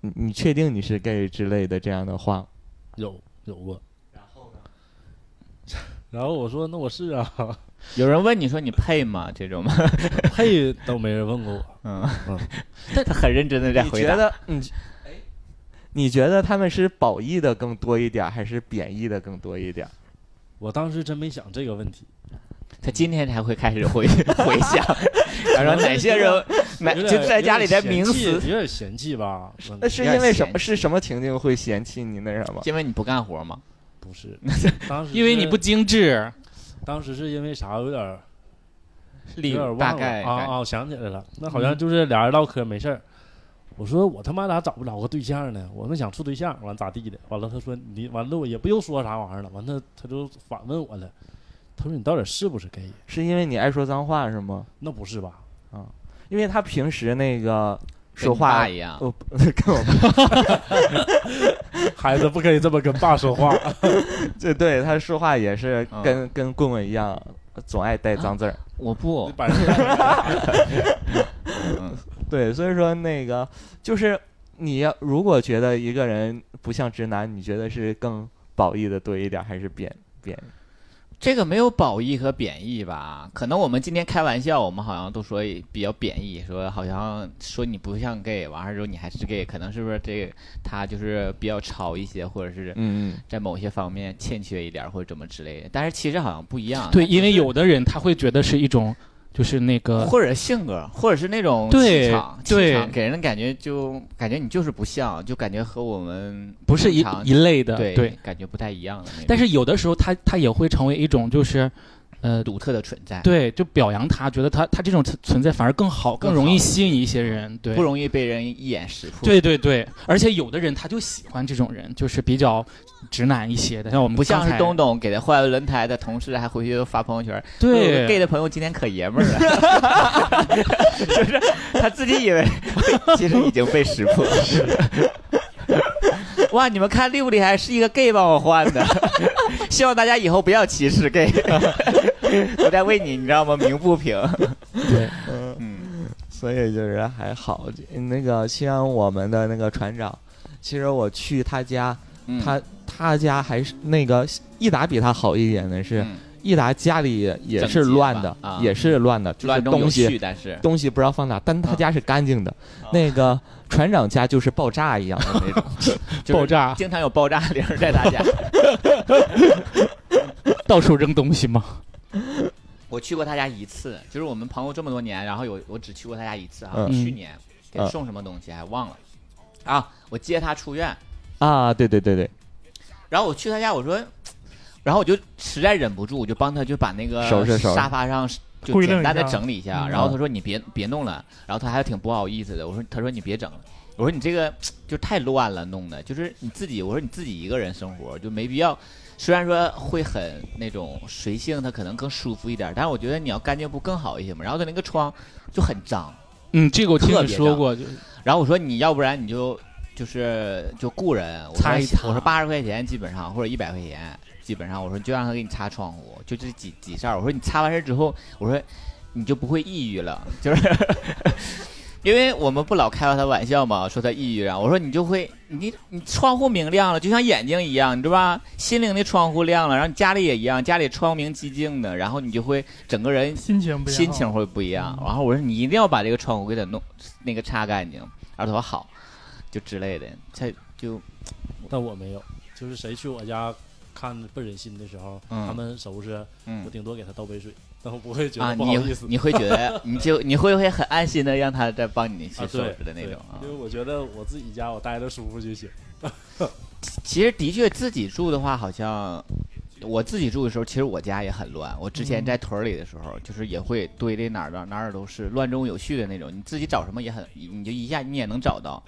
D: 你你确定你是 gay 之类的这样的话，
G: 有有过。 *laughs* 然后呢？然后我说那我是啊，
C: 有人问你说你配吗？这种吗？
G: 配都没人问过我。
C: 嗯
G: 嗯，
C: *laughs* 他很认真的在
D: 你
C: 回
D: 觉
C: 答。
D: 得你？你觉得他们是褒义的更多一点，还是贬义的更多一点？
G: 我当时真没想这个问
C: *laughs*
G: 题，
C: 他今天才会开始回 *laughs* 回想，他说哪些人，哪
G: 有
C: 就
G: 点
C: 在家里在冥
G: 有点嫌
C: 思
G: 弃，有点嫌
C: *laughs*
G: 弃吧？嗯
D: 那是
C: 有点
D: 因为什
C: 嫌
D: 么？是什么情境会嫌弃你那什么？
C: 因为你不干活嘛。*laughs*
G: 不是，当时是
E: 因为你不，精致，
G: 当时是因为啥？有点儿
C: 例
G: 有点
C: 如
G: 忘
C: 大
G: 了
C: 概
G: 啊啊，我想起来了，那好
E: 嗯
G: 像就是俩人唠嗑没事儿。我说我他妈咋找不着个对象呢？我们想处对象，完咋地的？完了他说你完了我也不又说啥玩意儿了，完了他就反问我了，他说你到底是不是 gay？
D: 是因为你爱说脏话是吗？
G: 那不是吧？ *laughs*
D: 因为他平时那个
C: 跟
D: 说
C: 你爸
D: 话 *laughs*
C: 一样，
D: 哦，跟我爸，
G: 孩子不可以这么跟爸
E: *laughs*
G: 说话。
D: 这对他说话也是
C: 嗯啊
D: 跟、跟棍棍一样，总爱带脏字儿。
C: 我不，
G: 把人
D: 对，所以说那个就是你要如果觉得一个人不像直男，你觉得是更褒义的多一点，还是贬贬？
C: 这个没有褒义和贬义吧？可能我们今天开玩笑，我们好像都说比较贬义，说好像说你不像 gay，完事之后你还是 gay，可能是不是这个他就是比较潮一些，或者是
D: 嗯
C: 在某些方面欠缺一点，或者怎么之类的。但是其实好像不一样，
E: 对，因为有的人他会觉得是一种，就是那个
C: 或者性格，或者是那种
E: 呃对
C: 气场，气
E: 对
C: 场给人的感觉就感觉你就是不像，就感觉和我们
E: 不是一
C: 正常
E: 一类的，
C: 对
E: 呃对。
C: 感觉不太一样的那种。
E: 但是有的时候他他也会成为一种就是，呃，
C: 独特的存在，，
E: 对，就表扬他，觉得他他这种存存在反而更好，
C: 更
E: 更容
C: 好
E: 易吸引一些人，对，
C: 不容易被人一眼识破。
E: 对对对，而且有的人他就喜欢这种人，就是比较直男一些的，像我们
C: 不像
E: 刚
C: 是
E: 才
C: 东东给他换了轮胎的同事，还回去发朋友圈。我有个 gay
E: 对
C: 的朋友今天可爷们儿了，就是他自己以为被，其实已经被识破。哇，你们看厉不厉害？是一个 gay 帮我换的，希望大家以后不要歧视 gay。我在为你，你知道吗？鸣不平。嗯
D: 所以就是还好。那个像我们的那个船长，其实我去他家，
C: 嗯
D: 他他家还是那个益达比他好一点的是，
C: 嗯
D: 益达家里也是乱的
C: 整洁，吧啊
D: 也是乱的，就是
C: 乱中有
D: 东西
C: 序，但是
D: 东西不知道放哪，但他家是干净的。
C: 啊
D: 那个船长家就是爆炸一样的那种，
C: 就是
D: *laughs*
E: 爆炸
C: 经常有爆炸铃儿在他家。
E: 到处扔东西嘛，
C: 我去过他家一次，就是我们朋友这么多年，然后有我只去过他家一次啊。
D: 嗯
C: 去年给他
D: 嗯
C: 送什么东西还忘了啊？我接他出院，
D: 啊，对对对对，
C: 然后我去他家，我说，然后我就实在忍不住，我就帮他就把那个
D: 收拾收拾
C: 沙发上就
H: 归
C: 简
H: 弄一
C: 单的
H: 下
C: 整理一下。
H: 嗯
C: 然后他说你别别弄了，然后他还挺不好意思的。我说他说你别整了，我说你这个就太乱了，弄的就是你自己，我说你自己一个人生活就没必要。虽然说会很那种随性，它可能更舒服一点，但是我觉得你要干净不更好一些嘛。然后他那个窗就很脏，
E: 嗯，这个我听
C: 特
E: 你
C: 别
E: 说
C: 脏
E: 过，就
C: 然后我说你要不然你就就是就雇人，我
E: 擦
C: 说
E: 一擦
C: 我说八十块钱基本上或者一百块钱基本上，我说就让他给你擦窗户，就这几几扇儿。我说你擦完事儿之后，我说你就不会抑郁了，就是 *laughs* 因为我们不老开他玩笑嘛，说他抑郁啊。我说你就会你你窗户明亮了，就像眼睛一样，你知道吧？心灵的窗户亮了，然后你家里也一样，家里窗明几净的，然后你就会整个人
H: 心情不一样，
C: 心情会不一样。然后我说你一定要把这个窗户给它弄那个擦干净。然后他说好，就之类的，他就
G: 但我没有，就是谁去我家看不忍心的时候，
C: 嗯
G: 他们收拾，我
C: 嗯
G: 顶多给他倒杯水，但我不会觉
C: 啊，
G: 得不
C: 你
G: 好意思。
C: 你会觉得你就
G: *laughs*
C: 你会不会很安心的让他再帮你
G: 啊
C: 去，收
G: 对
C: 拾的那种啊
G: 对因？为我觉得我自己家我待着舒服
C: *laughs*
G: 就行。
C: 其实的确自己住的话，好像。我自己住的时候，其实我家也很乱。我之前在屯儿里的时候，就是也会堆的哪儿哪哪儿都是，乱中有序的那种。你自己找什么也很，你就一下你也能找到。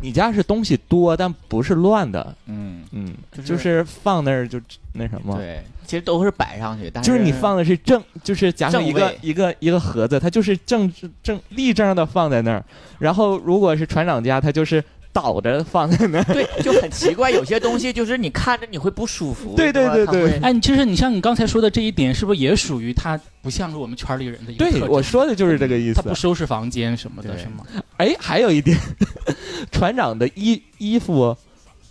D: 你家是东西多，但不是乱的，
C: 嗯，
D: 嗯，
C: 就是
D: 就是放那儿就那什么，
C: 对，其实都是摆上去，但
D: 就是你放的是正，就是假设
C: 正
D: 一个
C: 位
D: 一个一个盒子，它就是正正立正的放在那儿，然后如果是船长家，它就是倒着放在那儿，
C: 对，就很奇怪，有些东西就是你看着你会不舒服。
D: *laughs* 对对
C: 是吧
D: 对
C: 它
D: 对
C: 会
E: 哎，你其实你像你刚才说的这一点，是不是也属于他不像是我们圈里人的一个特
D: *laughs* 对，
E: 征
D: 我说的就是这个意
E: 他
D: 思
E: 不。收拾房间什么的，
C: 对
E: 是吗？
D: 哎，还有一点， *laughs* 船长的衣衣服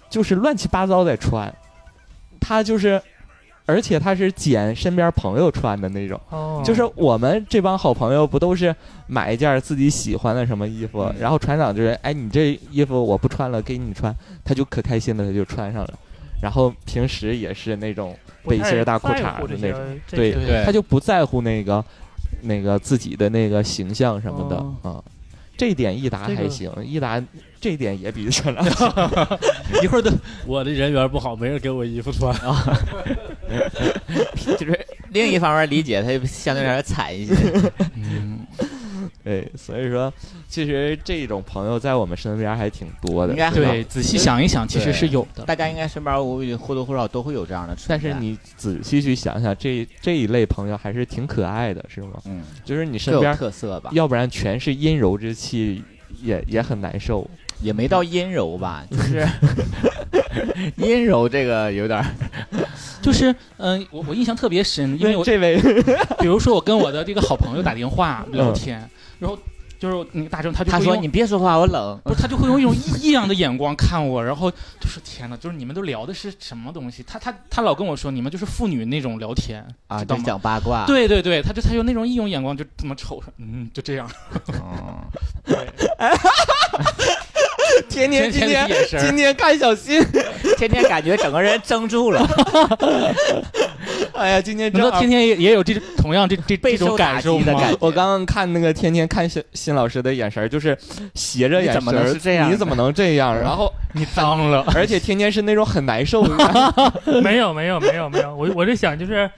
D: 就是乱七八糟在穿，他就是，而且他是捡身边朋友穿的那种。
H: 哦，
D: 就是我们这帮好朋友不都是买一件自己喜欢的什么衣
H: 嗯
D: 服，然后船长就是，哎，你这衣服我不穿了，给你穿，他就可开心了，他就穿上了。然后平时也是那种背心儿大裤衩儿的那种，
H: 种，
D: 对
H: 这些
C: 哎
D: 他就不在乎那个那个自己的那个形象什么的
H: 哦
D: 啊。这一点益达
H: 这个
D: 还行，益达这一点也比船长强。
E: 一会儿都
G: 我的人缘不好，没人给我衣服穿。 *laughs*
C: 就是另一方面理解，它就相对来说惨一些。
D: 对，哎所以说其实这种朋友在我们身边还挺多的，
C: 应该
D: 是吧
E: 对，仔细想一想，其实是有的。
C: 大家应该身边无或多或少都会有这样的存在。
D: 但是你仔细去想想，这这一类朋友还是挺可爱的，是吗？
C: 嗯，
D: 就是你身
C: 各有
D: 边，
C: 特色吧。
D: 要不然全是阴柔之气，也也很难受。
C: 也没到阴柔
D: *laughs*
C: 吧，就是阴柔这个有点儿
E: 就是嗯、我我印象特别深，因为我
D: 这位
E: 比如说我跟我的这个好朋友打电话聊天，然后就是那个大正他
C: 嗯
E: 就
C: 他
E: 会
C: 说
E: 用
C: 你别说话，我冷。
D: 嗯
E: 不是，他就会用一种异异样的眼光看我，然后就是天哪，就是你们都聊的是什么东西？他他他老跟我说，你们就是妇女那种聊天
C: 啊，
E: 知道
C: 就
E: 吗
C: 是讲八卦。
E: 对对对，他就他用那种异种眼光就这么瞅着，嗯，就这样。
C: 哦，
D: 天
E: 天
D: 天今
E: 天的
D: 天
E: 眼神儿
D: 今天看小新，
C: 天天感觉整个人怔住
D: *laughs*
C: 了，
D: 哎呀，今天
E: 难
D: 正
E: 道
D: 好
E: 天。天也也有这同样这这
C: 备
E: 这种
C: 啊受打
E: 感
C: 击
E: 受
C: 的
E: 吗
C: 感？觉。
D: 我刚刚看那个天天看新新老师的眼神儿，就是斜着眼神儿，
C: 你怎么能是这样
D: 你怎么能这样？
E: *laughs*
D: 然后，
E: 你脏了，
D: *laughs* 而且天天是那种很难
E: *laughs*
D: 受的，嗯
H: 没有没有没有没有，我我是想就是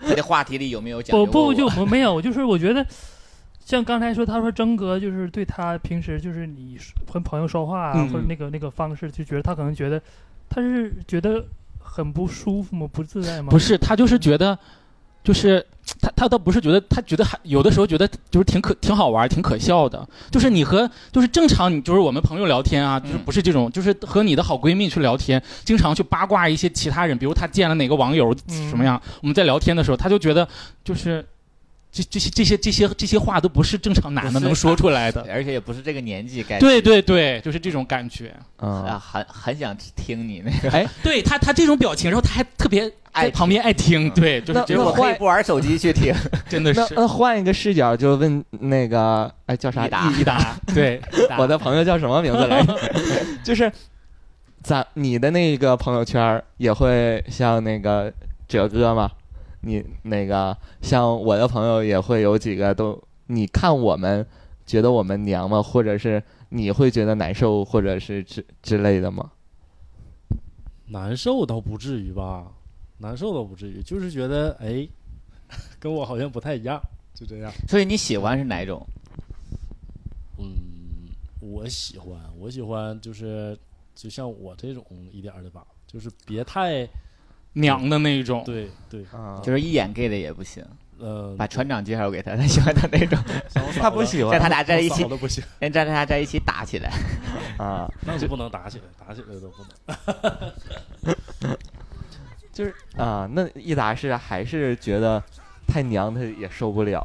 C: 他的话题里有没有讲究
H: 我
C: 过
H: 不
C: 我
H: 就我没有，就是我觉得像刚才说，他说征哥就是对他平时就是你跟朋友说话啊，
E: 嗯
H: 或者那个那个方式，就觉得他可能觉得他是觉得很不舒服吗？不自在吗？
E: 不是，他就是觉得，就是他他倒不是觉得，他觉得还有的时候觉得就是挺可挺好玩儿，挺可笑的。就是你和就是正常你就是我们朋友聊天啊，就是
C: 嗯
E: 不是这种，就是和你的好闺蜜去聊天，经常去八卦一些其他人，比如她见了哪个网友
H: 嗯
E: 什么样，我们在聊天的时候，他就觉得就是。这这些这些这些这些话都不是正常男的
C: 不是哎
E: 能说出来的，
C: 而且也不是这个年纪该
E: 对对对，就是这种感觉。
C: 啊，
D: 嗯，
C: 很很想听你那
D: *laughs*
C: 个。
E: 对他他这种表情，然后他还特别
C: 爱
E: 在旁边爱听，对，就是
D: 嗯那
C: 就
E: 这
C: 是我
E: 种，
C: 可以不玩手机去听，
E: 真的
D: 那
E: 是
D: 那换一个视角，就问那个哎叫 *laughs* 啥
C: 一打
E: 一打 *laughs* 对，
D: 我的朋友叫什么名字
E: *laughs*
D: 来着？就是咱你的那个朋友圈儿也会像那个哲哥吗？你那个像我的朋友也会有几个都，你看我们觉得我们娘吗？或者是你会觉得难受，或者是之之类的吗？
G: 难受倒不至于吧，难受倒不至于，就是觉得哎， *laughs* 跟我好像不太一样，就这样。
C: 所以你喜欢是哪种？
G: 嗯，我喜欢，我喜欢就是就像我这种一点儿的吧，就是别太
C: 哦
E: 娘的那一种，
G: 对对，
D: 啊
C: 就是一眼 gay 的也不行，
G: 呃，
C: 把船长介绍给他， *laughs* 他喜欢他那
D: *laughs*
C: 种，
G: 像我嫂
D: 他不
G: 子
D: 喜
C: 在
D: 欢
C: 他俩在一
G: 我
C: 起
G: 嫂，子不行，
C: 连在他俩在一起打起来。
D: 啊，
G: 那不能打起来，打起来都不能。
D: 就是啊，那一达是还是觉得太娘，他也受不了。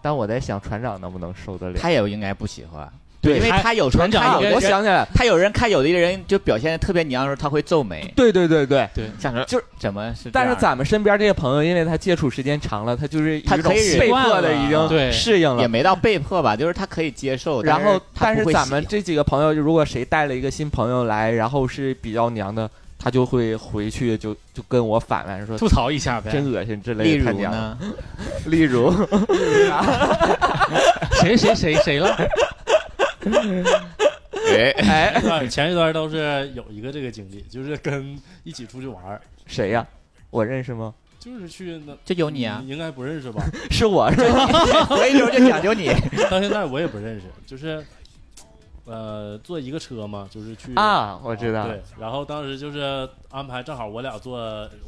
D: 但我在想，船长能不能受得了？
C: 他也应该不喜欢，
E: 对
C: 因为
E: 他
C: 他有时候
E: 船长
C: 看
E: 应该
C: 有
D: 我
C: 的人，
D: 想起来了，
C: 他有人看有的人就表现的特别娘的时候，他会皱眉，
D: 对对对对，
C: 想着
D: 就是
C: 怎么是这样的？
D: 但是咱们身边这些朋友，因为他接触时间长了，他就是
C: 他
D: 有一种
C: 可以
D: 被
C: 习惯
D: 迫的
C: 了
D: 已经
E: 对
D: 适应
C: 也
D: 了。
C: 没到被迫吧，就是他可以接受。
D: 然后，但
C: 但
D: 是
C: 他不会
D: 咱们
C: 喜
D: 这几个朋友，如果谁带了一个新朋友来，然后是比较娘的，他就会回去就就跟我反来说
E: 吐槽一下呗。
D: 真恶心之
C: 欢例
D: 类的。太
C: 如
D: 娘了，
C: 呢，
D: *laughs* 例如，
C: *laughs*
E: 谁谁谁谁了？
C: 哎，
D: 哎，
G: 对前一段倒是有一个这个经历，就是跟一起出去玩儿，
D: 谁呀？我认
C: *laughs*
D: 识吗？
G: 就是去那。
C: 这有你啊，
G: 应该不认识吧？
D: 是我是吧？
C: 所以说就讲究你
G: 到现在我也不认识，就是，呃，坐一个车嘛，就是去
D: 啊，我知道。
G: 对，然后当时就是安排，正好我俩坐，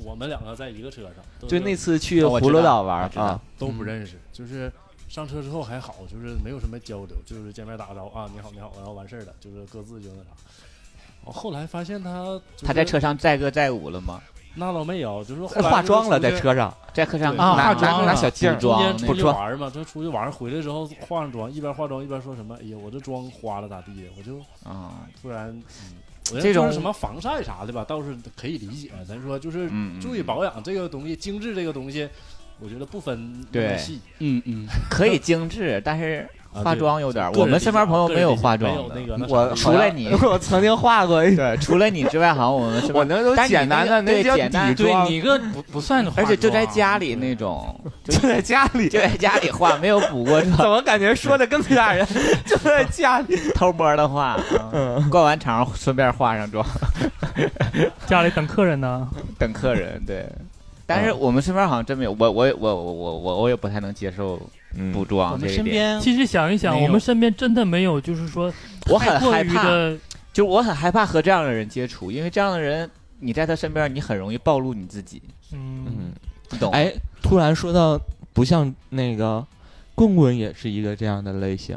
G: 我们两个在一个车上，都
D: 就那次去
C: 哦我知
D: 葫芦
C: 道
D: 岛玩
C: 我知道
D: 啊，
G: 都不认识，就是上车之后还好，就是没有什么交流，就是见面打个招呼啊，你好你好，然后完事儿了，就是各自就那啥。我后来发现他、就是、
C: 他在车上载歌载舞了吗？
G: 那倒没有，就是后来
D: 化妆了
G: 就
D: 在
G: 是
D: 车上
C: 在车上
G: 对
E: 啊
D: 拿
E: 化
D: 拿
E: 妆
D: 拿
E: 了
D: 小镜儿
C: 补
G: 中
C: 妆
G: 间
C: 那
G: 出去
D: 种
G: 玩儿嘛，他出去玩儿回来之后化上妆，一边化妆一边说什么：“哎呀，我这妆花了咋地的？”我就
C: 啊，
G: 突然，嗯，我
C: 这种
G: 就是什么防晒啥的吧，倒是可以理解。咱说就是
C: 嗯，嗯
G: 注意保养这个东西，精致这个东西，我觉得不分那么
C: 对
G: 细。
E: 嗯嗯，
C: 可以精致，但是
G: 啊
C: 化
G: 对
C: 妆有点儿。
G: 个人
C: 我们
G: 理
C: 身边
G: 解
C: 朋友
G: 个
C: 没
G: 人
C: 有
G: 理
C: 化
G: 解没
C: 妆
G: 有
C: 的，
G: 那个那
D: 我
G: 啥
C: 除了
G: *laughs*
C: 你
D: 我曾经画过一，
C: 对，除了你之外，好像 *laughs* 我们身
D: 我
C: 边
D: 能有
C: 但你
D: 简单的，
C: 那个
D: 那叫
C: 对简单
D: 底妆
E: 对你个不不算化
C: 而
E: 妆，
C: 且就在家里那种，
D: *laughs* 就在家里，
C: 就在家里化，没有补过妆，
D: *laughs* 怎么感觉说的更
C: *laughs*
D: 吓人？就在家里，嗯
C: 偷摸的化，啊灌完肠顺便化上妆，
H: 家里等客人呢，
C: 等客人。对，但
D: 嗯
C: 是我们身边好像真没有，我我我我我我我也不太能接受
D: 嗯
C: 补
E: 我
C: 妆这
E: 们
C: 一
E: 身
C: 点，
E: 边
H: 其实想一想，
E: 没有
H: 我们身边真的没有，就是说
C: 我
H: 太
C: 很
H: 过
C: 害
H: 于
C: 怕，
H: 的，
C: 就我很害怕和这样的人接触，因为这样的人你在他身边，你很容易暴露你自己，
H: 嗯，
D: 嗯，
C: 你懂吗？
D: 哎，突然说到不像那个，棍棍也是一个这样的类型。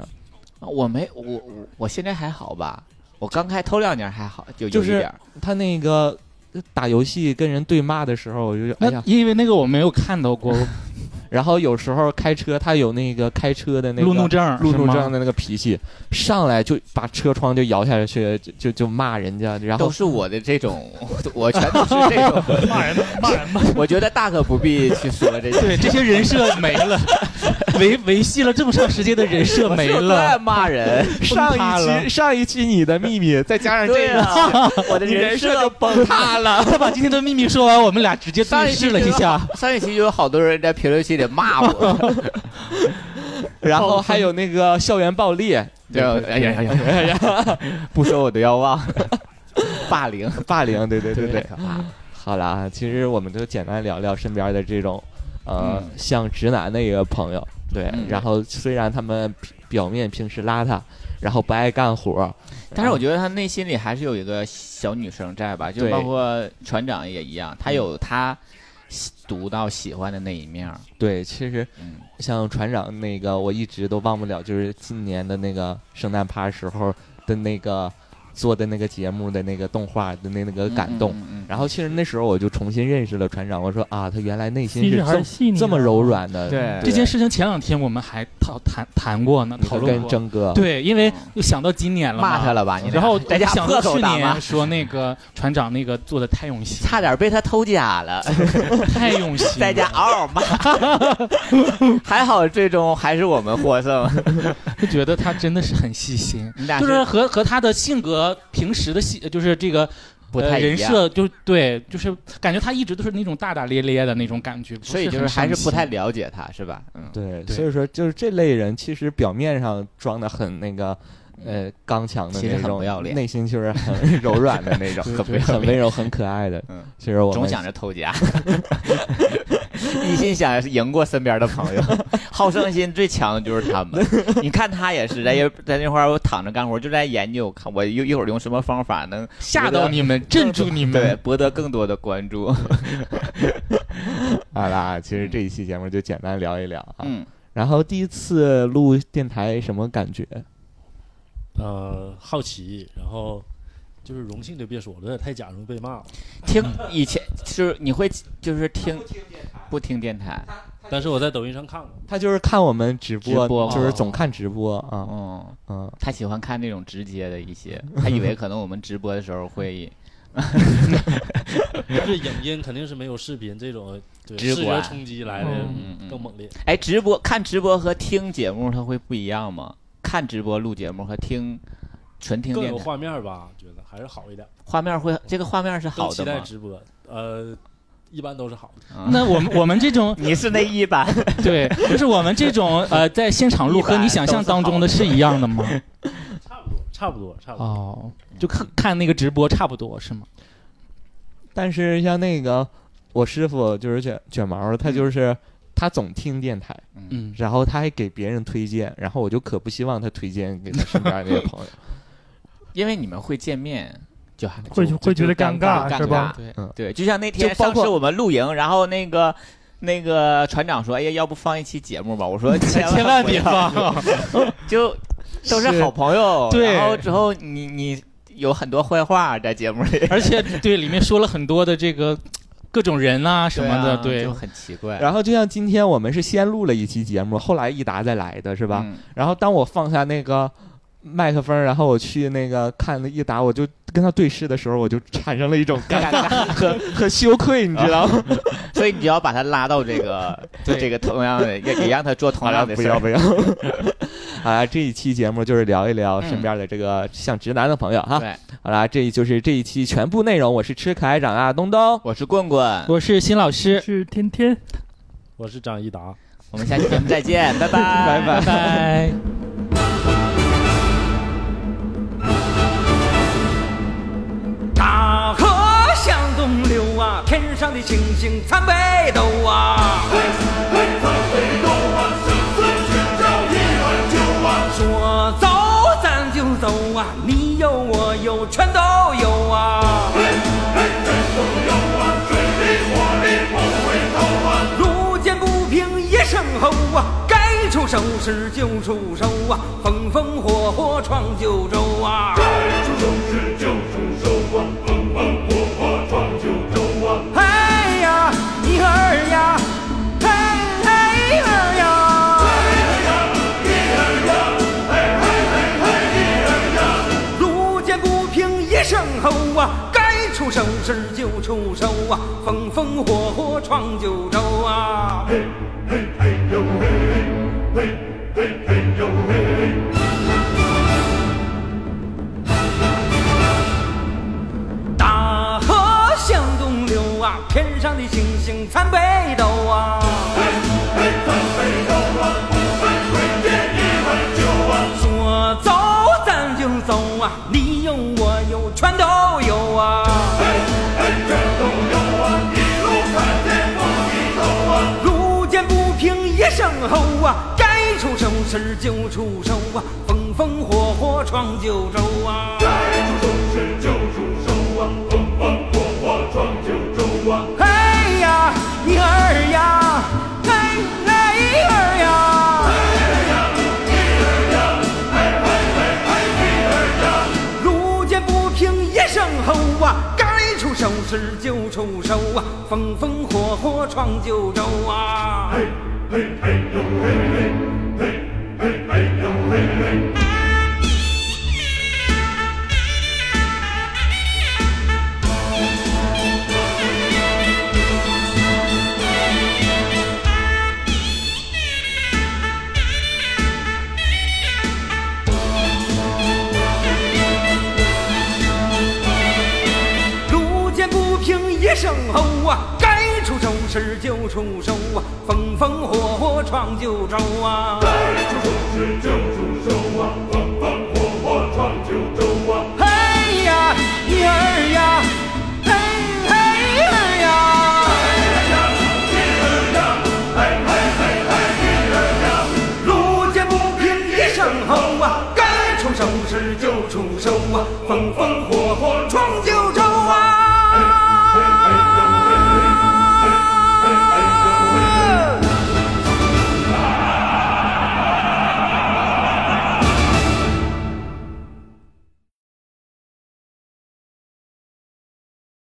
C: 我没我我我现在还好吧？我刚开头两年还好，就有
D: 就
C: 一
D: 是
C: 点儿。
D: 他那个打游戏跟人对骂的时候，我就哎
E: 那
D: 呀，
E: 因为那个我没有看到过
D: 然后有时候开车他有那个开车的那个
E: 路怒症，
D: 路怒
E: 是吗
D: 症的那个脾气，上来就把车窗就摇下去，就就就骂人家，然
C: 都
D: 后
C: 是我的这种， *laughs* 我全都是这 *laughs* 种
H: 骂人吧，骂人吧，
C: *laughs* 我觉得大可不必去说 *laughs* 这些。
E: 对这些人设没了，
D: *laughs*
E: 维维系了这么长时间的人设没
C: 就
E: 了
C: 乱。骂 *laughs* 人，
E: 崩塌了
D: 上一期你的秘
C: *laughs*
D: 密，再加上
C: 对啊，我的
D: 你人
C: 人
D: 设
C: 设都崩塌了。
E: 他把今天的秘密说完，我们俩直接对视了一下。
C: 上一期就有好多人在评论区里骂 *laughs* 我，
D: 然后还有那个校园暴力、
C: 对，哎呀呀呀呀 *laughs* 呀，不说我都要忘 *laughs* 了，霸凌，
D: 霸
C: *laughs*
D: 凌，对对对
C: 太
D: 对。
C: 可怕了。
D: 好了啊，其实我们就简单聊聊身边的这种，呃，
C: 嗯
D: 像直男的一个朋友，对。
C: 嗯
D: 然后虽然他们平表面平时邋遢，然后不爱干活，
C: 但是我觉得他内心里还是有一个小女生在吧，就
D: 对
C: 包括船长也一样，他有他喜读到喜欢的那一面儿。
D: 对，其实
C: 嗯
D: 像船长那个，我一直都忘不了，就是今年的那个圣诞趴时候的那个做的那个节目的那个动画的那那个感动。
C: 嗯，嗯嗯
D: 然后其实那时候我就重新认识了船长，我说啊，他原来内心
H: 其
D: 是
H: 实还是啊
D: 这
H: 细腻的
D: 这么柔，软的。
C: 对
E: 这件事情前两天我们还讨谈谈过呢，
D: 你
E: 讨论
D: 跟
E: 过。
D: 征哥，
E: 对，因为又想到今年了，
C: 啊骂他
E: 了。
C: 了吧？你俩
E: 然后
C: 大家
E: 想
C: 破
E: 到
C: 口
E: 去
C: 大骂
E: 年，说那个船长那个做的太用心，
C: 差点被他偷家了，
E: *laughs* 太用心了，
C: 在家 *laughs* 嗷嗷骂。 *laughs* 还好最终还是我们获胜。
E: 就觉得他真的是很细心，
C: 你俩
E: 就是和和他的性格平时的性，就是这个
C: 不
E: 呃
C: 太一
E: 人
C: 样，
E: 设就对，就是感觉他一直都是那种大大咧咧的那种感觉，不
C: 所以就是
E: 很
C: 还是
E: 上
C: 不太
E: 心
C: 了解他，是吧？嗯，
D: 对，
E: 对
D: 所以说就是这类人，其实表面上装的很那个，呃，刚强的
C: 其实
D: 那
C: 很
D: 种
C: 不要，脸
D: 内心就是很柔软的那种，
C: 很 *laughs* 不要
D: 很
C: 脸
D: 温柔、很可爱的。
C: 嗯，
D: 其实我
C: 总
D: 们
C: 想着偷家， *laughs* 一心想赢过身边的朋友，好胜心最强的就是他们。你看他也是在一在那块儿躺着干活，就在研究，看我一一会儿用什么方法能
E: 吓到你们，镇住你
C: 对
E: 们。
C: 博得更多的关注。
D: 好啦，啊其实这一期节目就简单聊一聊啊。
C: 嗯，
D: 然后第一次录电台什么感觉？
G: 呃，好奇，然后就是荣幸就别说了，有点太假容易被骂了。
C: 听以前就是你会就是听不听电台，
G: 但是我在抖音上看过，
D: 他就是看我们直播，
C: 直播
D: 就是
C: 哦
D: 总看直播啊，
C: 嗯，
D: 嗯，
C: 他喜欢看那种直接的一些，他以为可能我们直播的时候会
G: 但是影音肯定是没有视频这种对
C: 直
G: 视
C: 观
G: 觉冲击来的
C: 嗯嗯
G: 更猛烈。
C: 哎，直播看直播和听节目它会不一样吗？看直播录节目和听纯听
G: 更
C: 电
G: 有
C: 台
G: 画面吧，觉得还是好一点。
C: 画面会这个画面是
G: 更
C: 好
G: 期
C: 的
G: 待
C: 吗？
G: 直播，呃，一般都是好的。
C: 嗯
E: 那我们我们这种
C: 你是那一版，
E: 对，就是我们这种呃，在现场录和你想象当中的是一样的吗？
G: 差不多，差不多，差不多。
E: 哦，就看看那个直播差不多是吗？
D: 但是像那个我师傅就是卷卷毛，他
C: 嗯
D: 就是他总听电台，
E: 嗯，
D: 然后他还给别人推荐，然后我就可不希望他推荐给他身边那些
C: *laughs*
D: 朋友。
C: 因为你们会见面，就还
H: 会
C: 就
H: 会觉得
C: 就
H: 尴尬是吧？
E: 对，
C: 对，就像那天
D: 就包
C: 上
D: 括
C: 次我们露营，然后那个。那个船长说：“哎呀，要不放一期节目吧？”我说：“千
E: 千万
C: 不
E: 别
C: 要
E: 放，
C: 就都是好朋友。
E: 对
C: 然后之后你你有很多坏话在节目里
E: 而且对里面说了很多的这个各种人啊什么的，
C: 对啊
E: 对
C: 就，很奇怪，
D: 然后就像今天我们是先录了一期节目，后来一达再来的是吧？
C: 嗯
D: 然后当我放下那个麦克风，然后我去那个看了一达，我就跟他对视的时候，我就产生了一种尴
C: 尴
D: 尬
C: 尬，
D: 和和羞愧，你知道吗？
C: *laughs* 所以你就要把他拉到这个
E: 对
C: 这个同样的，也也让他做同样的
D: 不
C: 事
D: 要
C: 儿。
D: 不要。
C: 嗯
D: 好啦，这一期节目就是聊一聊身边的这个像直男的朋友哈。
C: 对，
D: 好啦，这就是这一期全部内容。我是吃可爱长大的东东，
C: *laughs* 我是棍棍，
E: 我是新老师，
H: 是天天。
G: 我是张益达。
C: 我们下期节目再见，拜拜，
D: 拜拜
E: 拜拜。
A: 大河向东流啊，天上的星星参北斗啊。说走咱就走啊，你有我有全都有啊。路见不平一声吼啊，该出
B: 手是救出手啊，风风火火闯九州啊。哎呀，一儿呀，嘿嘿一儿呀，路见不平一声吼啊，该出手时就出手啊，风风火火闯九州啊。大河向东流啊，天上的星星参北斗啊。说走咱就走啊，你有我有全都有啊。路见不平一声吼啊，该出手时就出手啊，风风火火闯九州啊。哎呀，一儿呀，哎哎一儿哎呀，路见不平一声吼啊，该出手时就出手啊，风风火火闯九州啊。路见不平一声吼啊，该出手时就出手啊，风风火火闯九州啊。该出手时就出手啊，风风火火闯九州